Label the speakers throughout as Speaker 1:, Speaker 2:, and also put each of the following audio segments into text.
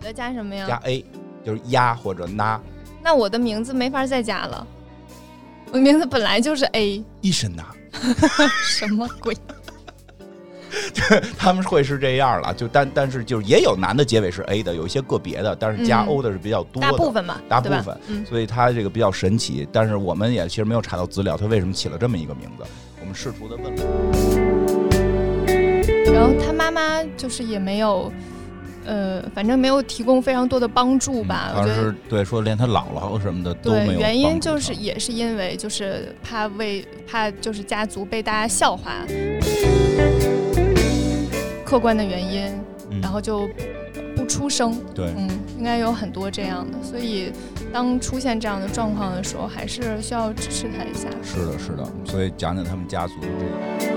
Speaker 1: 的加什么呀？
Speaker 2: 加 a，就是压或者拉。
Speaker 1: 那我的名字没法再加了，我的名字本来就是 A，
Speaker 2: 一身呐，
Speaker 1: 什么鬼？
Speaker 2: 他们会是这样了，就但但是就是也有男的结尾是 a 的，有一些个别的，但是加
Speaker 1: 嗯
Speaker 2: o 的是比较多的，
Speaker 1: 大部分吧，
Speaker 2: 大
Speaker 1: 对吧
Speaker 2: 部分
Speaker 1: 嗯，
Speaker 2: 所以它这个比较神奇。但是我们也其实没有查到资料，它为什么起了这么一个名字？我们试图的问了，
Speaker 1: 然后他妈妈就是也没有，呃，反正没有提供非常多的帮助吧。我
Speaker 2: 当
Speaker 1: 觉得
Speaker 2: 时对说连他姥姥什么的嗯都
Speaker 1: 对，
Speaker 2: 没有帮助他。
Speaker 1: 原因就是也是因为就是怕为怕就是家族被大家笑话，客观的原因，
Speaker 2: 嗯
Speaker 1: 然后就不出声。
Speaker 2: 对
Speaker 1: 嗯，应该有很多这样的，所以当出现这样的状况的时候，还是需要支持他一下。
Speaker 2: 是的，是的，所以讲讲他们家族的这个，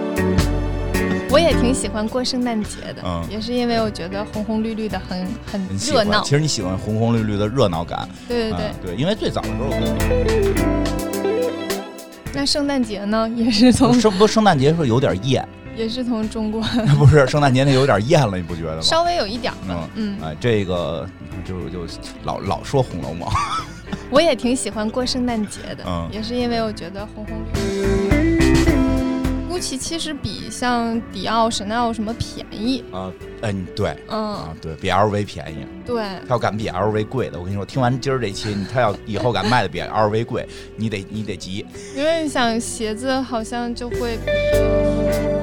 Speaker 1: 我也挺喜欢过圣诞节的，
Speaker 2: 嗯
Speaker 1: 也是因为我觉得红红绿绿的很很
Speaker 2: 你喜
Speaker 1: 热
Speaker 2: 欢
Speaker 1: 闹嗯
Speaker 2: 其。实你喜欢红红绿绿的热闹感，
Speaker 1: 对对对。
Speaker 2: 啊对，因为最早的时候可能
Speaker 1: 那圣诞节呢， 也是从
Speaker 2: 圣不圣诞节是有点厌，
Speaker 1: 也嗯是从中国
Speaker 2: 不是圣诞节那有点厌了，你不觉得吗？
Speaker 1: 稍微有一点儿吧。嗯，
Speaker 2: 啊，这个就是就老老说《红楼梦》，
Speaker 1: 我也挺喜欢过圣诞节的，
Speaker 2: 嗯
Speaker 1: 也是因为我觉得红红绿绿。GUCCI 其实比像迪奥、神奈奥什么便宜，
Speaker 2: 嗯，对
Speaker 1: 嗯，
Speaker 2: 啊，对比 LV 便宜，
Speaker 1: 对，
Speaker 2: 他要敢比 LV 贵的，我跟你说，听完今儿这期，你他要以后敢卖的比 LV 贵，你得你得急。
Speaker 1: 因为你想鞋子好像就会比